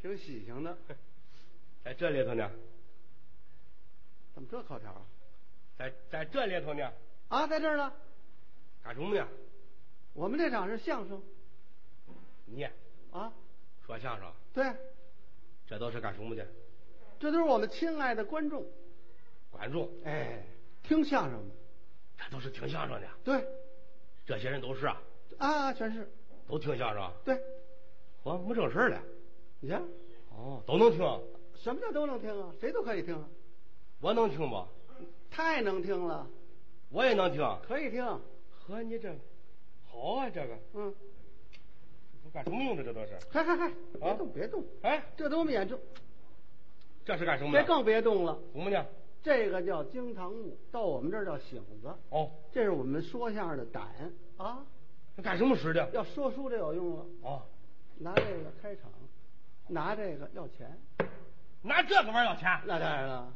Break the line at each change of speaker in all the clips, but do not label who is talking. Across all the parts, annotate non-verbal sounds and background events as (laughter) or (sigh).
挺喜庆的。
(laughs) 在这里头呢，
怎么这口条啊？
在在这里头呢，
啊，在这儿呢。
干什么呢？
我们这场是相声
你
啊，
说相声，
对，
这都是干什么的？
这都是我们亲爱的观众，
观众，
哎，听相声的，
这都是听相声的，
对，
这些人都是啊，
啊，全是，
都听相声，
对，
我没正事儿了。
你瞧，
哦，都能听，
什么叫都能听啊？谁都可以听啊，
我能听不？
太能听了，
我也能听。
可以听，
呵，你这好啊，这个
嗯，
我干什么用的？这都
(laughs)
是，
嗨嗨嗨，
啊
别动别动，
哎，
这都我们眼中，
这是干什么的？
别更别动了，
什么呢？
这个叫惊堂木，到我们这儿叫醒子，
哦，
这是我们说相声的胆啊，
这干什么使的？
要说书这有用了，
哦，
拿这个开场，拿这个要钱，
拿这个玩意儿要钱？
那当然了，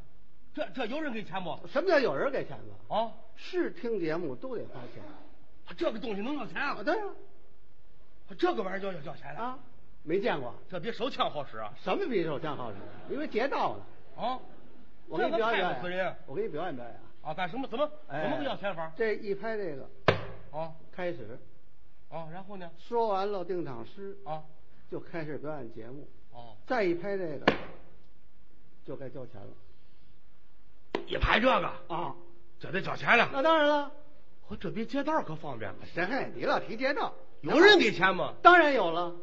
这这有人给钱不？
什么叫有人给钱了？
啊，
是听节目都得花钱
这个东西能要钱啊？
对呀、
这个玩意儿就要要钱了？
啊，没见过
这比手枪好使啊！
什么比手枪好使，因为劫道了。
啊，
我给你表演
这
表
个害死
演
人，
我给你表演表演啊！
啊！干什么？怎么
哎
怎么个要钱法？
这一拍这个
啊
开始，
啊，然后呢？
说完了定场诗，
啊
就开始表演节目。
哦，
再一拍这个，就该交钱了
一拍这个，
啊！
这得交钱了。
那当然了，
我这比街道可方便了。
谁你老提劫道，
有人给钱吗？
当然有了。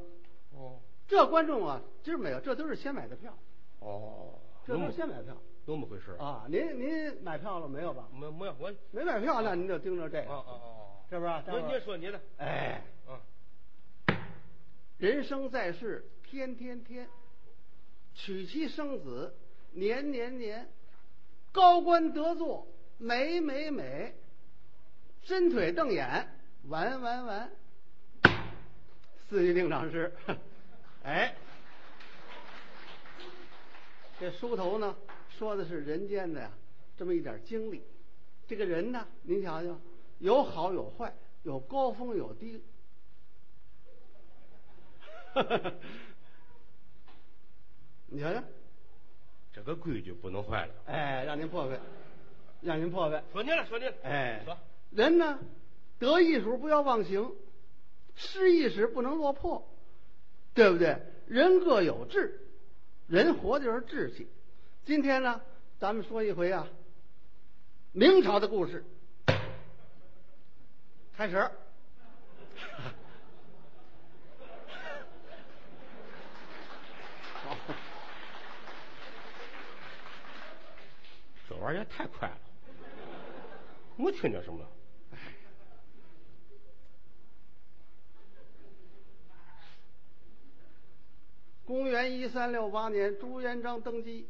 哦
这观众啊，知道没有？这都是先买的票，
哦，
这都是先买票
那么回事？
啊！您您买票了没有吧？
没没有我。
没买票，那您就盯着这个，
哦哦哦哦
是不是？待会儿
您您说您的
哎，
嗯，
人生在世，天天天，娶妻生子，年年年，高官得坐，美美美，伸腿瞪眼，玩玩玩，四句定场诗， (laughs) 哎，这书头呢说的是人间的呀这么一点经历，这个人呢，您瞧瞧，有好有坏，有高峰有低， (laughs) 你瞧瞧，
这个规矩不能坏了。
哎，让您破费，让您破费，
说您了，说您了，
哎
说，
人呢，得意时候不要忘形，失意时不能落魄，对不对？人各有志，人活就是志气。今天呢，咱们说一回啊，明朝的故事，开始。
这玩意儿也太快了。我听见什么了？
公元一三六八年，朱元璋登基，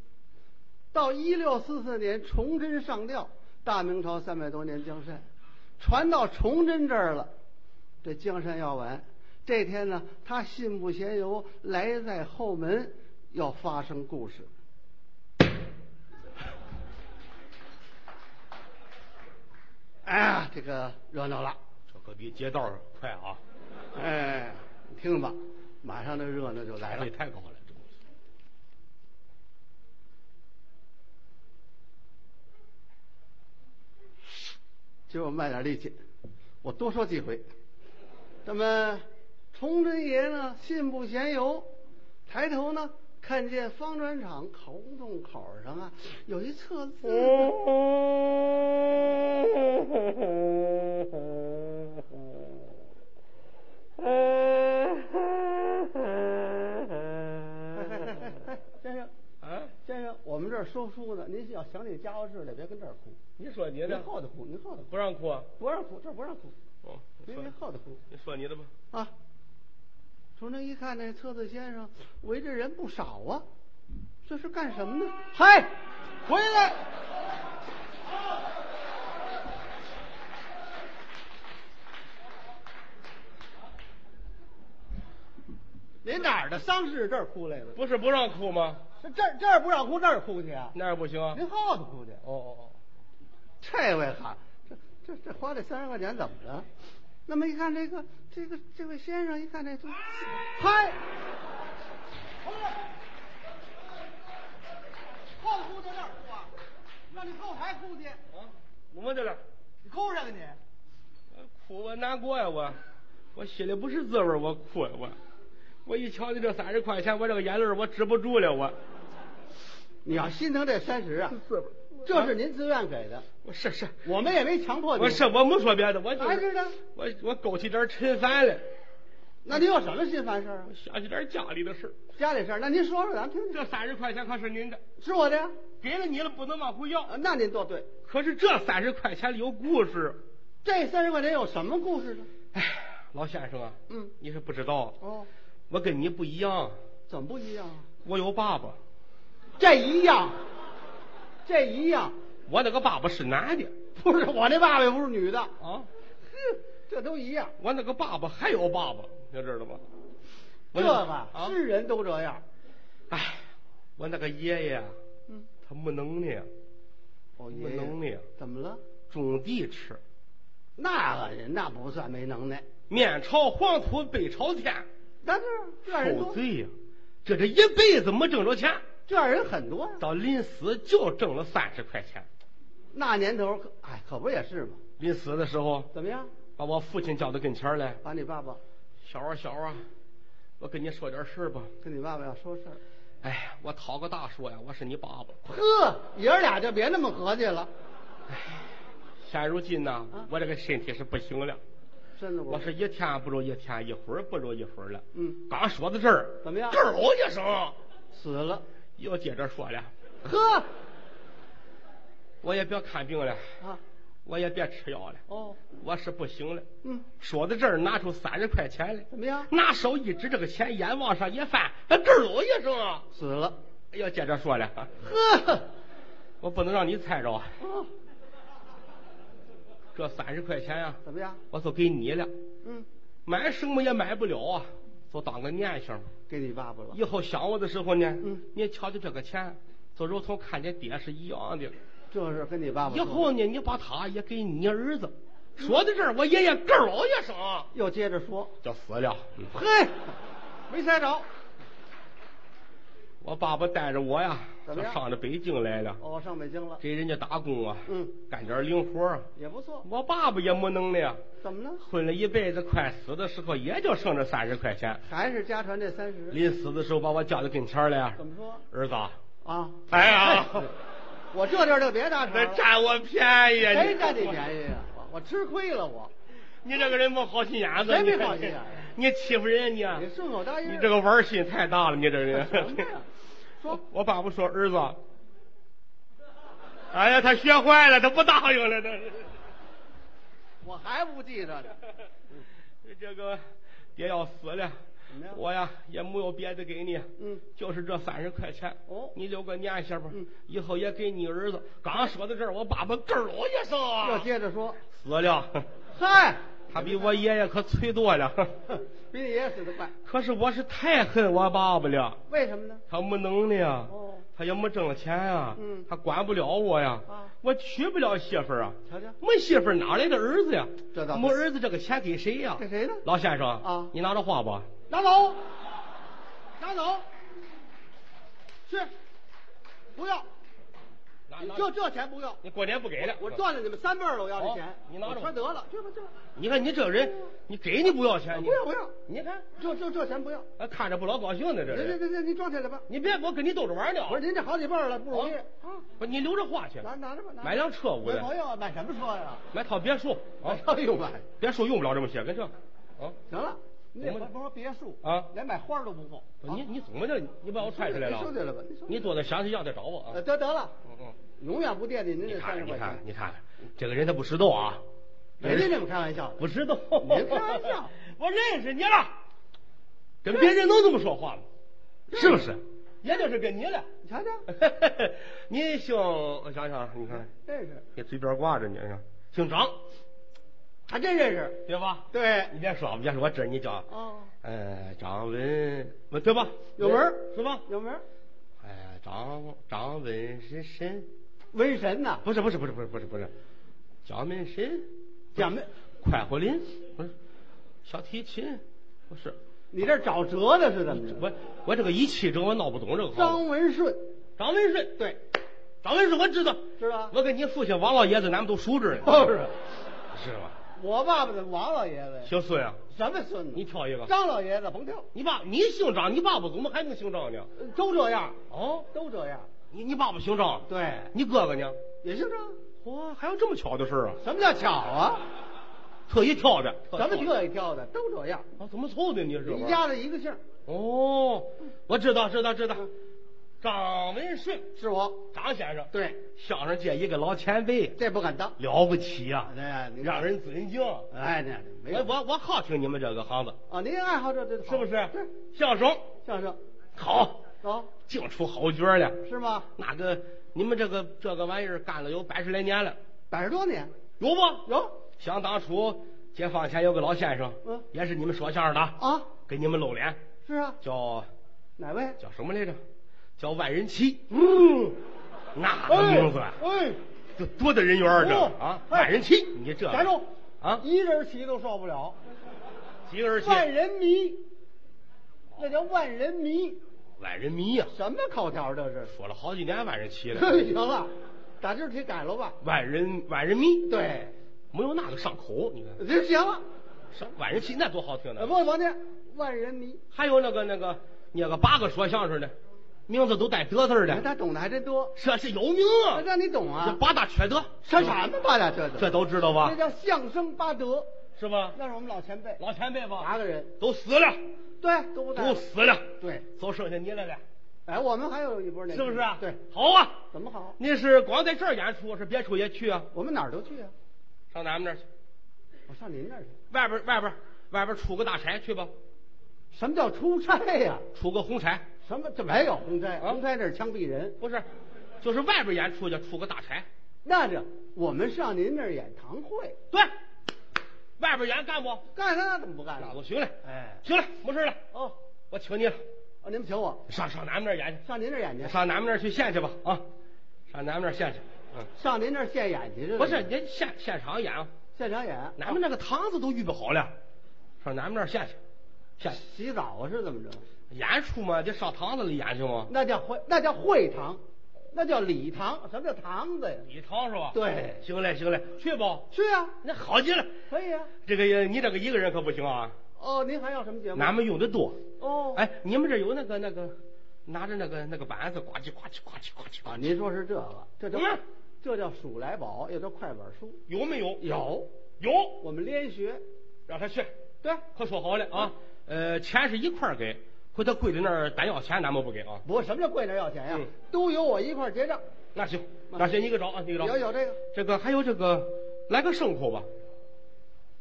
到一六四四年崇祯上吊，大明朝三百多年江山，传到崇祯这儿了，这江山要完。这天呢，他信步闲游，来在后门，要发生故事。 (laughs) 哎呀，这个热闹了。
这可比街道儿快啊！
哎，你听吧，马上这热闹就来了
这。太高了，这东西。
今儿我卖点力气，我多说几回。那么，崇祯爷呢，信步闲游，抬头呢，看见方砖厂胡同口上啊，有一册字。
哦
(laughs) 先生，
啊，
先生，我们这儿说书呢，您要想起家伙事来，别跟这儿哭。
你说你的
您，后头哭，您后头
不
哭，
让哭啊？
不让哭，这儿不让哭，
哦，你
您
说
您后头哭。
你说你的吧。
啊，从这一看，那册子先生围着人不少啊，这是干什么呢？嗨，回来！您哪儿的丧事这儿哭来了？
不是不让哭吗？
这这儿这儿不让哭，那儿哭去啊？
那儿不行啊。
您耗子哭去？
哦哦
这位哈，这这这花这三十块钱怎么了？那么一看这个这个这位先生一看这，嗨，让你后台哭去，
啊，我摸着了，
你哭什么你？
我呃哭我难过呀、我，我心里不是滋味儿我哭呀、我，我一瞧你这三十块钱，我这个眼泪儿我止不住了我，
你要心疼这三十啊，
滋味儿
这是您自愿给的，
我是是，
我们也没强迫你。
啊我是，我没说别的，我就
哪知道
我我勾起点儿陈烦了，
那您有什么心烦事儿啊
我？想起点儿家里的事儿。
家里事儿，那您说说，咱听听。
这三十块钱可是您的，
是我的呀，
给了你了，不能往回
啊
要。
那您多对。
可是这三十块钱里有故事。
这三十块钱有什么故事呢？
哎，老先生啊，
嗯
你是不知道，啊
哦，
我跟你不一样，
怎么不一样啊？
我有爸爸，
这一样，这一样，
我那个爸爸是男的
不是我那爸爸也不是女的，
啊，
哼，这都一样。
我那个爸爸还有爸爸，你知道吗？我
这
那
个
啊
是人都这样。
哎，我那个爷爷啊
嗯，
他没能耐，
哦，爷
没
爷
能耐，
怎么了？
种地吃，
那个人那不算没能耐，
面朝黄土背朝天，
但是这样人
受
多，
罪呀、这这一辈子没挣着钱。
这样人很多呀、
到临死就挣了三十块钱。
那年头可，哎，可不也是吗？
临死的时候，
怎么样？
把我父亲叫到跟前儿来，
把你爸爸
小啊小啊，我跟你说点事儿吧。
跟你爸爸要说事儿。
哎呀，我讨个大说呀，我是你爸爸。
呵，爷儿俩就别那么合计了，
现如今呢
啊，
我这个身体是不行了，
真的不
我是一天不如一天，一会儿不如一会儿了。
嗯，
刚说到这儿，
怎么样
咯一声，
死了。
又接着说了，
呵，
我也别看病了，
啊，
我也别吃药了，
哦，
我是不行了。
嗯，
说到这儿，拿出三十块钱来，
怎么样？
拿手一指，这个钱眼往上一翻，啊，咯儿一声啊！
死了。
哎呀，接着说了，
呵，
我不能让你猜着啊，
哦，
这三十块钱呀、
怎么样？
我就给你了，
嗯，
买什么也买不了啊，就当个念想。
给你爸爸了。
以后想我的时候呢，
嗯
你瞧瞧这个钱，就如同看见爹是一样的。
这是跟你爸爸
以
说的。
后呢，你把它也给你儿子。说到这儿，我爷爷咯儿一声啊，
又接着说，
就死了。嗯
嘿，没猜着。
我爸爸带着我呀，
怎
就
么样
上着北京来了。
哦，上北京了，
给人家打工啊，
嗯哦
干点零活啊。
也不错。
我爸爸也没能耐啊，
怎么了？
混了一辈子，快死的时候也就剩这三十块钱。
还是家传这三十？
临死的时候把我叫到跟前儿来啊，
怎么说
儿子啊，
啊？(laughs)
哎呀，
我这地儿就别搭茬
那
了。
占我便宜啊呀！
谁占你便宜呀？我我吃亏了，我
你这个人没好心眼子，
谁没
你看
好心眼儿
你欺负人家
哎你
你啊，
顺口答应。
你这个玩心太大了，你这个人
什么呀。说
我我爸爸说儿子，哎呀，他学坏了，他不答应了，他是。
我还不记着呢。
(laughs) 这个爹要死了
怎么样，
我呀也没有别的给你，
嗯
就是这三十块钱，
哦
你留个念想吧，
嗯
以后也给你儿子。刚说到这儿，我爸爸咯儿一声
又
啊，
接着说，(laughs)
死了，
嗨，
他比我爷爷可脆多了。
比你爷死的快，
可是我是太恨我爸爸了，
为什么呢？
他没能耐啊
哦，
他也没挣钱啊
嗯，
他管不了我呀
啊，
我娶不了媳妇儿啊。
瞧瞧，
没媳妇儿哪来的儿子呀？
这倒是
没儿子，这个钱给谁呀？
给谁呢
老先生
啊
你拿着花吧。
拿走，拿走，去，不要，
拿
你
拿
就这钱不要，
你过年不给了。
我赚了你们三辈儿了，我要这
好
钱，
你拿着
我
吧
说得了，去吧去吧，
你看你这人，你给你不要钱，
啊
你
不要不要
你看
就就这钱不要，
啊看着不老高兴的这
这这
人。
这这您装起来吧，
你别给我跟你逗着玩呢。
我说您这好几辈儿了，不容易
啊
啊，
不你留着花去。
拿拿着吧，拿着
买辆车我
买
的，
朋友啊买什么车呀？
买套
(laughs)
别墅啊
买。车用买，
别墅用不了这么些，跟这。啊，
行了，你
我
别
们
说别墅
啊
连买花儿都不啊够，
你你怎么的？你把我踹出来了？
你收起来吧你收起来
你多的想想要再找我啊
呃。得得了，
嗯嗯。
永远不惦记您
你
这
看
三十
看，你
块
看
钱
看，。你看看，这个人他不识逗啊。
没跟你们开玩笑，
不知道，
您开玩笑，
(laughs) 我认识你
(laughs)
了，跟别人能这么说话吗？是不是？也就是跟你了。
你 (laughs) 瞧瞧，
你姓，我想想，你
(laughs)
看，
认识，
这嘴边挂着呢，姓张，
还真认识。
对吧？
对
你别说，别说，我知你叫，
哦，
呃，张文，文对吧？
有文儿
是吧？
有名儿，
哎呀，张张文是神，
瘟神呐，
不是不是不是不是不是不是，蒋门神，
蒋门
快活林，不是小提琴，不是。
你这找辙的是怎么着？
我我这个一气这我闹不懂这个号子
张文顺，
张文顺，
对，
当然是我知道，
知道
我跟你父亲王老爷子，咱们都熟着呢。
不是
是吧？
(laughs) 我爸爸的王老爷子呀，
小孙啊，
什么孙子？
你挑一个
张老爷子甭挑，
你爸你姓张，你爸爸怎么还能姓张呢？
呃都这样，
哦，
都这样。
你你爸爸姓张，
对
你哥哥呢？
也姓张。
嚯，还有这么巧的事儿啊！
什么叫巧啊？
特意挑的，
什么
意？
这一挑的都这样，
啊，怎么凑的你是吧？
一家的一个姓嗯儿
哦，我知道，知道，知道，张文顺，
是我。
张先生，
对，
相声界一个老前辈，
这不敢当。
了不起呀、
哎呀你
让人尊敬。我
哎，那没有
我我好听你们这个行子，
啊，您爱好这这
是不是
对，？
相声
相声
好，
走
净出好角儿了。
是吗？
那个你们这个这个玩意儿干了有百十来年了，
百十多年
有不？
有
想当初解放前有个老先生，
嗯
也是你们说相声的啊，
啊？
给你们露脸，
是啊，
叫
哪位？
叫什么来着？叫万人骑。嗯，那个名字，
哎，
这多大人缘儿这
哦
啊！
哎
万人骑，你这
站住！
啊，
一人骑都受不了，
几个人骑？
万人迷，那叫万人迷，
万人迷呀！
什么口条这是？
说了好几年万人骑 (laughs)
行
了，
了，打这题改了吧？
万人万人迷，
对，
没有那个上口，你看
这嗯行了。
上万人骑那多好听呢
呃，。不，王家万人迷，
还有那个那个那个八个说相声的，名字都带德字儿
哎他
的，
懂得还真多。
这是有名啊
那。让你懂
这
啊？
八大缺德，
这什么八大这
这都知道吧
这？叫相声八德，
是吧？
那是我们老前辈，
老前辈吧，
八个人，
都死了，
对，都不在，
都死了，
对，
都剩下你来了。
哎，我们还有一波那
是不是啊？
对，
好啊！
怎么好？
你是光在这儿演出，是别处也去啊？
我们哪儿都去啊，
上咱们那儿去，
我上您那儿去。
外边外边外边出个大差去吧，
什么叫出差呀？
出个红差，
什么这没有红差？
啊
红差那是枪毙人。
不是，就是外边演出去出个大差。
那这我们上您那儿演堂会，
对，外边演干不？
干他怎么不干
那
呢
都？行了，
哎，
行了，没事了，
哦，
我请你了，
哦，你们请我
上上咱们那儿演
上您那儿演
去，
去，
上咱们那儿去献去吧啊，上咱们那儿献去。嗯，
上您那儿现演去这
不是，人现现场演啊，
现场演，
咱们那个堂子都预备好了，上咱们那儿献去，献去。
洗澡啊是怎么着？
演出嘛，得上堂子里演去嘛。
那叫会，那叫会堂，那叫礼堂。什么叫堂子呀？
礼堂是吧？
对
行嘞，行嘞，去吧。
去啊，
那好极了。
可以啊。
这个呃你这个一个人可不行啊，
哦，您还要什么节目？
俺们用的多。
哦，
哎，你们这有那个那个，拿着那个那个板子，呱唧呱唧呱唧呱唧呱
啊，
唧，
您说是这个，这叫、
嗯
这叫数来宝，也叫快板书。
有没有？
有，
有，
我们连学，
让他去。
对，
可说好了啊，呃，钱是一块儿给，回头跪在那儿单要钱，咱们不给啊。
不，什么叫跪那儿要钱呀、
嗯
都由我一块儿结账。
那行，那行，你给找啊，你给找。
有有这个，
这个还有这个，来个牲口吧，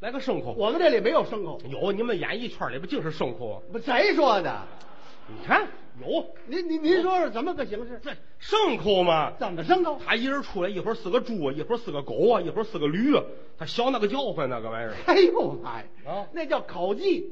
来个牲口。
我们这里没有牲口，
有，你们演艺圈里不净是牲口啊？
不，谁说的？
你看有
您您
哦
您说说怎么个形式？
这牲口嘛，
怎么牲口？
他一人出来，一会儿是个猪啊，一会儿是个狗啊，一会儿是个驴啊，他学那个叫唤那个玩意 (laughs) 儿。
哎呦妈呀！
啊
那叫口技，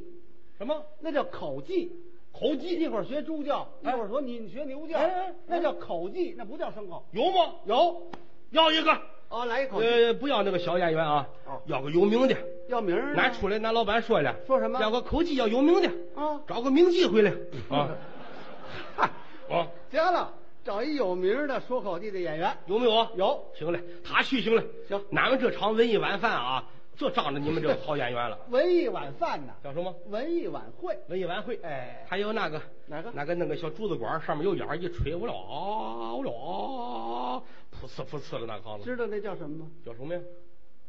什么？
那叫口技。
口技
一会儿学猪叫，一
哎
会儿说你学牛叫
哎哎哎，
那叫口技，那不叫牲口。
有吗？
有，
要一个。
哦，来一口技，
呃，不要那个小演员啊，
哦
要个有名的。
要名儿呢啊
俺出来，俺老板说了，
说什么
要个口技，要有名的，
啊
找个名妓回来
(laughs)
啊
嗨
啊，
行了，找一有名儿的说口技的演员。
有没有啊？
有，
行嘞，他去行嘞。
行
俺们这场文艺晚饭啊，就仗着你们这个好演员了。
文艺晚饭呢，
叫什么？
文艺晚会。
文艺晚会，
哎
还有那个
哪个
那个那个小竹子管，上面有眼儿，一吹，我了啊，我了啊，噗呲噗呲的那个行子，
知道那叫什么吗？
叫什么呀？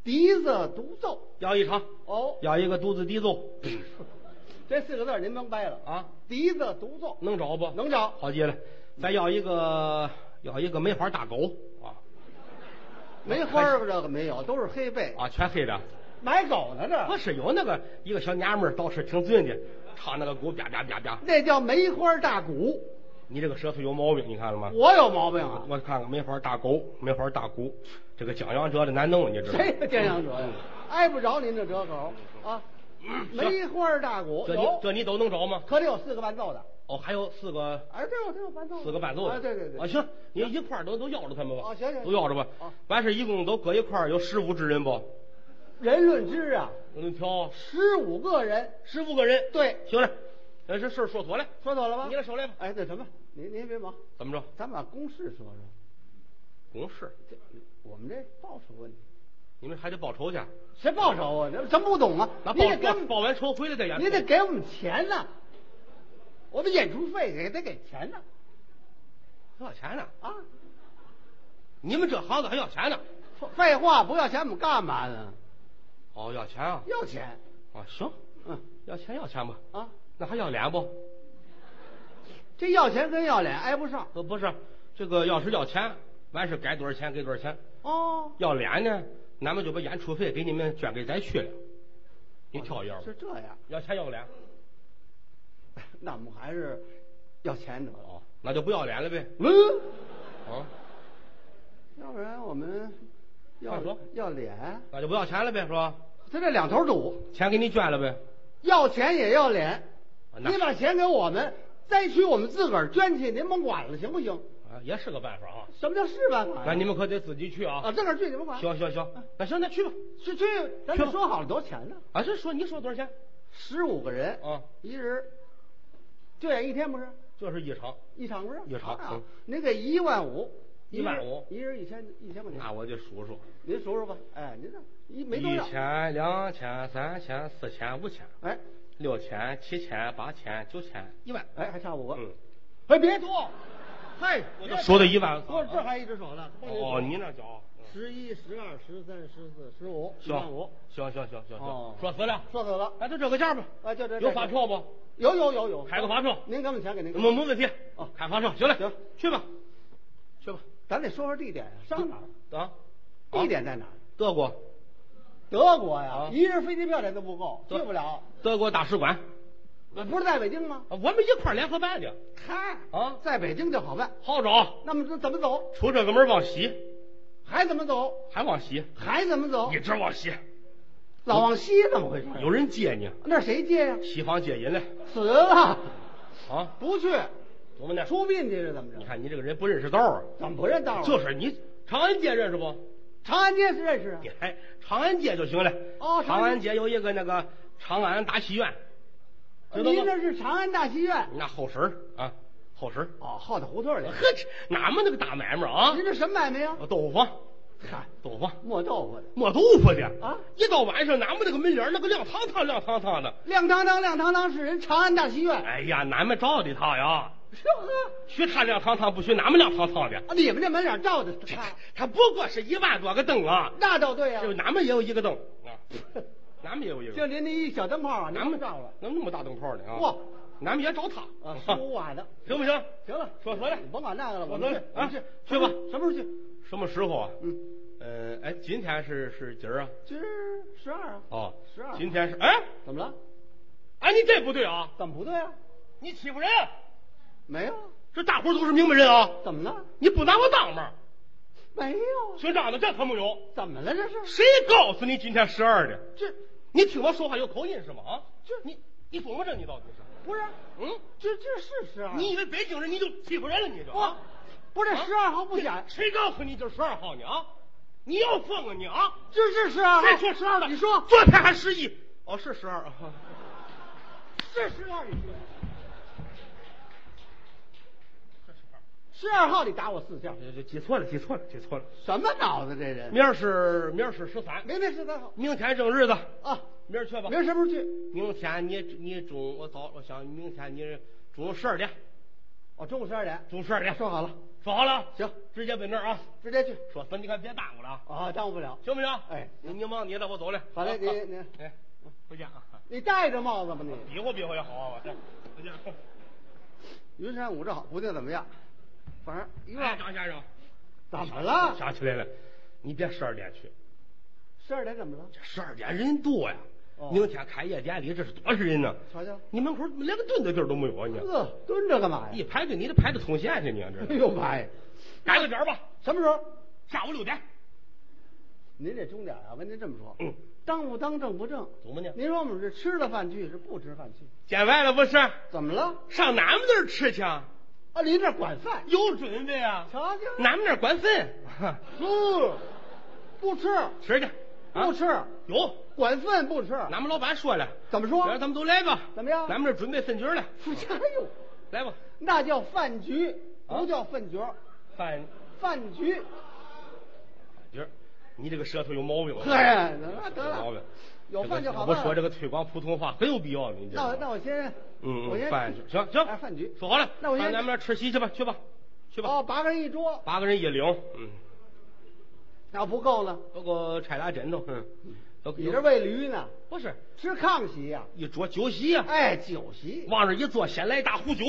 笛子独奏。
要一场，
哦，
要一个独自
(laughs)
笛奏，
这四个字儿您甭掰了
啊！
笛子独奏，
能找不？
能找
好极了，咱要一个要一个梅花大狗啊
梅花儿吧这个没有，都是黑背。
啊，全黑的，
买狗呢这
不是有那个一个小娘们儿倒是挺俊的，唱那个鼓啪啪啪啪，
那叫梅花大鼓。
你这个舌头有毛病，你看了吗？
我有毛病啊？
我看看梅花大狗，梅花大鼓，这个江洋折的难弄，你知道吗？嗯
谁电商者呀？挨不着您这折口啊！梅花大鼓
这你
有
这，你都能找吗？
可得有四个伴奏的。
哦，还有四个
哎，这有这有伴奏的，
四个伴奏的。
哎，对对对，
啊，行，你一块儿都都要着他们吧。
哦行行嗯
都要着吧
哦。
完事儿一共都搁一块儿有十五之人不？
人论之啊，
我能挑
十五个人，
十五个人。
对
行了，呃，这事儿说妥了，
说妥了吧？哎
你来手来吧
哎，那什么，您您别忙，
怎么着？
咱把公式说说。
公事，
这我们这报酬问题，
你们还得报仇去，
谁报酬啊？咱咱不懂啊
那，
你
报
得给我们
报完仇回来再演出。
你得给我们钱呐、我们演出费也得给钱呐、
要钱呢，
啊！
你们这行子还要钱呢？
废废话，不要钱我们干嘛呢？
哦，要钱啊？
要钱，
啊，行，
嗯
要钱要钱吧。
啊，
那还要脸不？
这要钱跟要脸挨不上
呃，不是，这个要是要钱，完事该多少钱给多少钱。
哦。
要脸呢，俺们就把演出费给你们捐给灾区了。你挑一样吧
哦是这样，嗯
要钱要脸？
那我们还是要钱得了。
哦，那就不要脸了呗。
嗯，
啊，
要不然我们要
快说哎
要脸，
那就不要钱了呗，是吧？
他这两头堵，
钱给你捐了呗。
要钱也要脸。
啊那
你把钱给我们，灾区我们自个儿捐去，您甭管了，行不行？
啊，也是个办法啊。
什么叫是办法呀？
那你们可得自己去
啊，
啊。
自个儿去你们管。
行行行，那行，那去吧。
去去，咱
去
们
吧
说好了多少钱呢？
啊，这说你说多少钱？
十五个人，
啊
一人就演一天不是？
这是一场，
一场不是？
一场
啊
嗯，
您给一万五，
一万五
一人一千一千块钱。
那我就数数，
您数数吧，哎，您这一没多
一
少，
千、两千、三千、四千、五千，
哎
六千、七千、八千、九千、一万。
哎，还差五个，
嗯，
哎，别多，嘿，
我
别
就说的一万
多这还一只手呢，
哦，你那嗯叫
十一、十二、十三、十四、十五，一
行
万五，
行行行行
哦
行，说死了，啊
说死了，
那就这个价吧。
哎，就这
有发票不？
有有有有，
开个发票
您给我们钱给您，
没没问题
哦，
开发票，行嘞，
行
去吧，去吧。
咱得说说地点，上哪儿？
啊？
地点在哪儿？
德国，
德国呀
啊，
一人飞机票钱都不够，去
德
不了。
德国大使馆，
呃不是在北京吗
啊？我们一块儿联合办的，
嗨
啊哦
在北京就好办。
好找。
那么这怎么走？
出这个门往西，
还怎么走？
还往西，
还怎么走
一？直往西，
老往西怎么回事？
有人接你，
那谁接呀？
西方接引来
死了，
啊！
不去，
我们呢？
出殡去是怎么着？
你看你这个人不认识道儿
怎么不认道
啊，
啊？
就是你长安街认识不？
长安街是认识啊
你。还长安街就行了。
哦
长
长安
安
街
街有一个那个长安大戏院，知道
您
吗
这？是长安大戏院
那后身儿啊，
(laughs)
后身儿。
哦，耗在胡同里。
呵，这俺们那个大买卖啊
您，这什么买卖呀？
豆腐坊，
嗨，
豆腐坊
磨豆腐的，
磨豆腐的
啊
一到晚上，俺们那个门脸儿那个亮堂堂、亮堂堂的。
亮堂堂亮堂堂是人长安大戏院。
哎呀，俺们照的他呀，
是呵，
许他亮堂堂，不许俺们亮堂堂的。
啊你们这门脸照的他，
他不过是一万多个灯啊，
那倒对呀。
就俺们也有一个灯
(laughs)
啊，俺们也有一个
就
灯。
您那一小灯泡啊，
咱
您
们
不照了
咱们那么大灯泡呢啊？
哇，
咱们也找他
啊，十五瓦的。
行不行？
行了，
说回来
你甭管那个了，
说
我们
回
去，
来
我们去
啊，
什
去
么
吧
什么时候去？
什么时候啊？
嗯，
呃，哎，今天是是今儿啊？
今儿十二啊。
哦，
十二。
今天是哎
怎么了？
哎，你这不对啊！
怎么不对啊？
你欺负人！啊
没有啊，
这大伙儿都是明白人啊！
怎么了？
你不拿我当门儿？
没有啊，
姓张的这可没有。
怎么了这是？
谁告诉你今天十二的？
这
你听我说话有口音是吗？啊，
这
你你琢磨着你到底是？
不是，
嗯，
这这是十二？
你以为北京人你就欺负人了？你就
不
啊
不是十二号不假，
谁告诉你这十二号呢？啊，你要疯啊你啊！
这是十二
谁
号？
说十二的？
你说
昨天还十一，哦是十二啊。
是十二？你说十二号你打我四下，
就就记错了，记错了，记错了。
什么脑子这人？
明儿是明儿是十三，
明天十三号
明天正日子，
啊，
明儿去吧。
明儿什么时候去？
明天你你中午我早我想明天你中午十二点，
哦，中午十二点。
中午十二点
说好了，
说好了，
行，
直接奔那儿啊。
直接去
说死你可别耽误了啊，
啊，耽误不了。
行不行？
哎
你你忙你的，我走了。
好嘞
啊
你
啊
你
哎，回见啊，
你戴着帽子吗你？
比划比划也好啊，我这回见。
云山雾罩不定怎么样，反正一
哎
万
张先生，
怎么了？
想起来了，你别十二点去，
十二点怎么了？
这十二点人多呀
哦。
明天开业典礼，这是多少人呢？
瞧瞧，
你门口连个蹲的地儿都没有啊！你
呵，蹲着干嘛
一
呀？
排队，你得排到通县去，你啊
哎
这
呦妈呀！
改个点儿吧，
什么时候？
下午六点。
您这钟点啊，我跟您这么说，
嗯，
当不当正不正？
怎么呢
您说我们是吃了饭去，是不吃饭去？
见外了不是？
怎么了？
上俺们那儿吃去啊，
啊，您这管饭？
有准备啊！
瞧瞧，
俺们那儿管
(laughs)
分，
不不吃，
吃去，啊
不吃，
有。
管饭不吃。
俺们老板说了，
怎么说
让咱们都来吧。
怎么样
咱们这儿准备分局了，
哎呦，
来吧。
那叫饭局，
啊
不叫饭局儿。
饭
饭局，
角儿，你这个舌头有毛
(laughs)
病。啊
嗨哎那得
有
了
毛病，
有饭就好
我
办
说这个推广普通话很有必要的，你知
那
道
我
吗？
那我先，
嗯，
我
嗯
先
饭局行行，
哎饭局
说好了，
那我先
上咱们这儿吃席去吧，去吧，去吧，
哦，八个人一桌，
八个人一领，嗯，
那不够呢。
不过拆俩枕头，嗯，有
你这喂驴呢？
不是
吃炕席呀、
一桌酒席呀，
哎，酒席，
往这一坐，先来一大壶酒，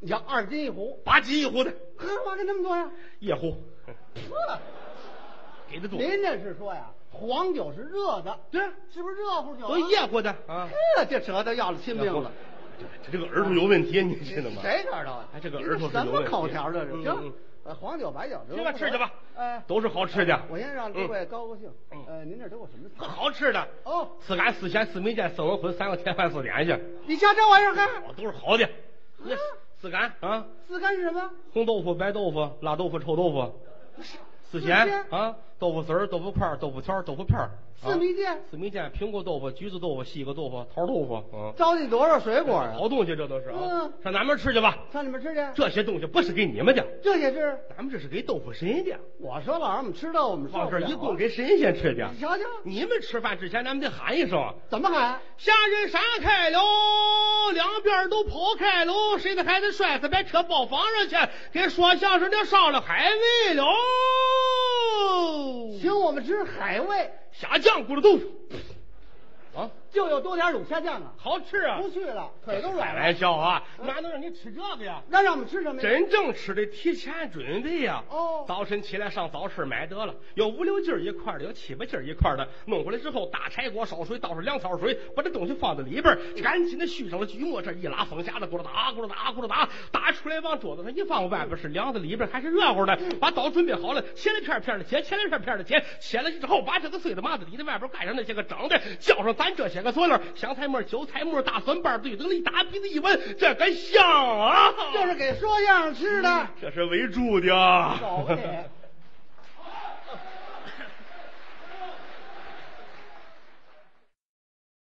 你要二斤一壶，
八斤一壶的，
喝干嘛跟那么多呀？
夜壶，哼
呵，
给的多，
您这是说呀，黄酒是热的，
对啊
是不是热乎酒、啊？
都夜壶的啊，
呵，这舌头要了亲命了。
对，这这个耳朵有问题，你知道吗？
谁知道啊？
哎这个
你
儿头是有
什么
问题
口条这是？
嗯嗯
行
嗯，
呃黄酒白酒，
去吧，吃去吧，
哎，
都是好吃的。
我先让诸位
嗯
高高兴
嗯。
呃，您这都有什么菜？
好吃的
哦
四干四咸四米线四文荤三个铁饭四点心，
你加这玩意儿干？
我都是好的。你
啊
四干啊，
四干是什么？
红豆腐、白豆腐、辣豆腐、臭豆腐，四咸
四鲜
啊，豆腐丝儿、豆腐块儿、豆腐条儿、豆腐片儿，啊
四米线
四米线、苹果豆腐、橘子豆腐、西瓜豆腐、桃豆腐，嗯，
糟践多少水果啊？
好东西这都是啊
嗯，
上咱们吃去吧。
上你们吃去。
这些东西不是给你们的，
这也是
咱们这是给豆腐神的，
我说老让我们吃到我们受
往这
不
儿
了啊
一供给神仙吃的
你。瞧瞧，
你们吃饭之前，咱们得喊一声。
怎么喊？
下人闪开喽，两边都跑开喽，谁的孩子摔死，把车抱房上去，给说相声的上了海味喽。嗯
请我们吃海味，
虾酱咕噜豆腐，啊，
就有多点卤虾酱啊！
好吃啊！
不去了，腿都软
开
了
玩。笑啊，
嗯
哪能让你吃这个呀？
那让我们吃什么呀？
真正吃的提前准备呀、
哦
早晨起来上早市买得了，有五六斤儿一块儿的，有七八斤儿一块儿的，弄回来之后大柴锅烧水，倒上凉烧水，把这东西放在里边儿，赶紧的续上了锯末，这一拉风匣子，咕噜打咕噜打咕噜打，打出来往桌子上一放，外边是凉的，里边还是热乎的，把刀准备好了，切了片片的切，切了片片的切，切了之后把这个碎的麻子里的外边盖上那些个整的，浇上咱这些个佐料，香菜末、韭菜末、大蒜瓣，对等了一打鼻子一闻，这个香啊！嗯
就是给说相声吃的。
这是为主的。
走吧你